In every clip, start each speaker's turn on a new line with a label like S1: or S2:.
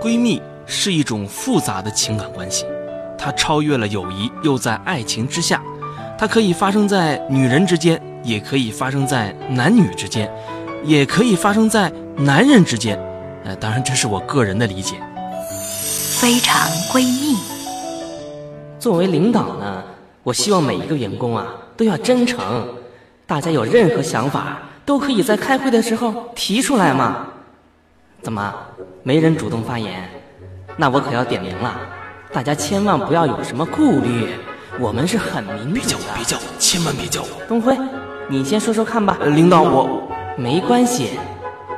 S1: 闺蜜是一种复杂的情感关系，它超越了友谊，又在爱情之下。它可以发生在女人之间，也可以发生在男女之间，也可以发生在男人之间。呃，当然这是我个人的理解。
S2: 非常闺蜜，
S3: 作为领导呢，我希望每一个员工啊都要真诚，大家有任何想法都可以在开会的时候提出来嘛。怎么没人主动发言？那我可要点名了，大家千万不要有什么顾虑，我们是很民
S1: 别
S3: 主
S1: 叫我，别
S3: 的。
S1: 叫我，千万别叫我。
S3: 东辉，你先说说看吧。
S1: 呃领导我
S3: 没关系，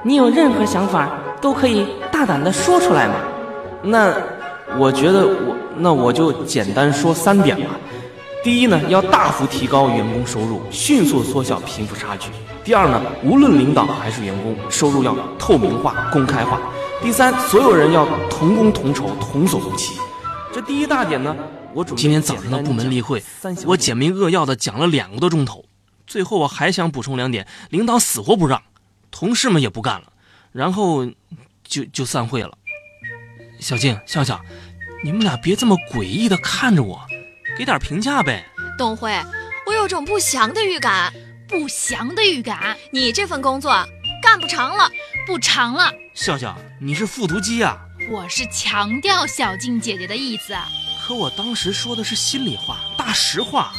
S3: 你有任何想法都可以大胆的说出来嘛。
S1: 那我觉得我那我就简单说三点吧。第一呢，要大幅提高员工收入，迅速缩小贫富差距。第二呢，无论领导还是员工，收入要透明化、公开化。第三，所有人要同工同酬、同所无欺。这第一大点呢，我准备
S4: 今天早上的部门例会，我简明扼要的讲了两个多钟头。最后我还想补充两点，领导死活不让，同事们也不干了，然后就就散会了。小静、笑笑，你们俩别这么诡异的看着我，给点评价呗。
S5: 东辉，我有种不祥的预感，
S6: 不祥的预感
S5: 你这份工作干不长了。
S6: 不长了。
S4: 笑笑，你是复读机啊？
S6: 我是强调小静姐姐的意思，
S4: 可我当时说的是心里话，大实话，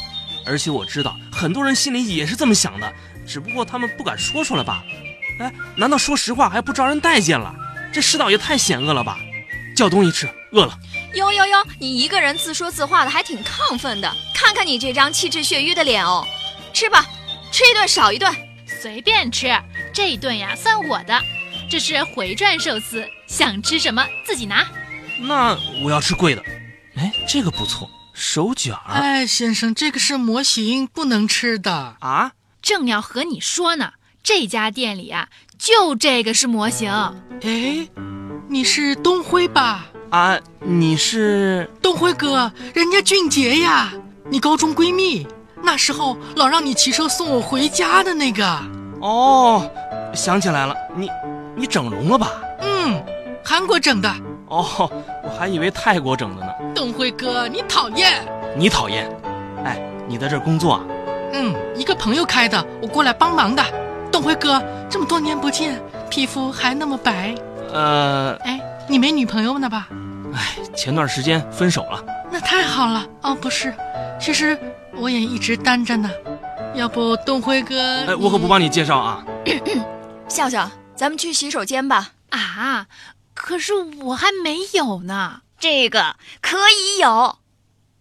S4: 而且我知道很多人心里也是这么想的，只不过他们不敢说出来罢了。哎，难道说实话还不招人待见了？这世道也太险恶了吧！叫东西吃，饿了。
S5: 呦呦呦，你一个人自说自话的，还挺亢奋的。看看你这张气滞血瘀的脸哦。吃吧，吃一顿少一顿。
S6: 随便吃。这一顿呀，算我的。这是回转寿司，想吃什么自己拿。
S4: 那我要吃贵的。哎，这个不错，手卷儿
S7: 哎，先生，这个是模型，不能吃的。
S4: 啊，
S6: 正要和你说呢，这家店里啊，就这个是模型。
S7: 哎，你是东辉吧？
S4: 啊，你是
S7: 东辉哥，人家俊杰呀，你高中闺蜜，那时候老让你骑车送我回家的那个。
S4: 哦，想起来了，你你整容了吧？
S7: 嗯，韩国整的。
S4: 哦，我还以为泰国整的呢。
S7: 东辉哥，你讨厌。
S4: 你讨厌？哎，你在这儿工作啊？
S7: 嗯，一个朋友开的，我过来帮忙的。东辉哥，这么多年不见，皮肤还那么白。
S4: 呃，
S7: 哎，你没女朋友呢吧？
S4: 前段时间分手了。
S7: 那太好了。哦，不是，其实我也一直单着呢。要不东辉哥，
S4: 哎，我可不帮你介绍啊。
S5: 笑笑，咱们去洗手间吧。
S6: 啊，可是我还没有呢。
S5: 这个可以有。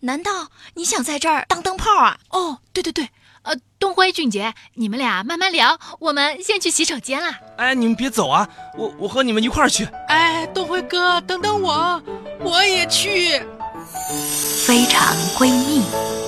S5: 难道你想在这儿当灯泡啊？
S6: 哦，对对对，呃，东辉、俊杰，你们俩慢慢聊，我们先去洗手间啦。
S4: 哎，你们别走啊，我我和你们一块儿去。
S7: 哎，东辉哥，等等我，我也去。
S2: 非常闺蜜。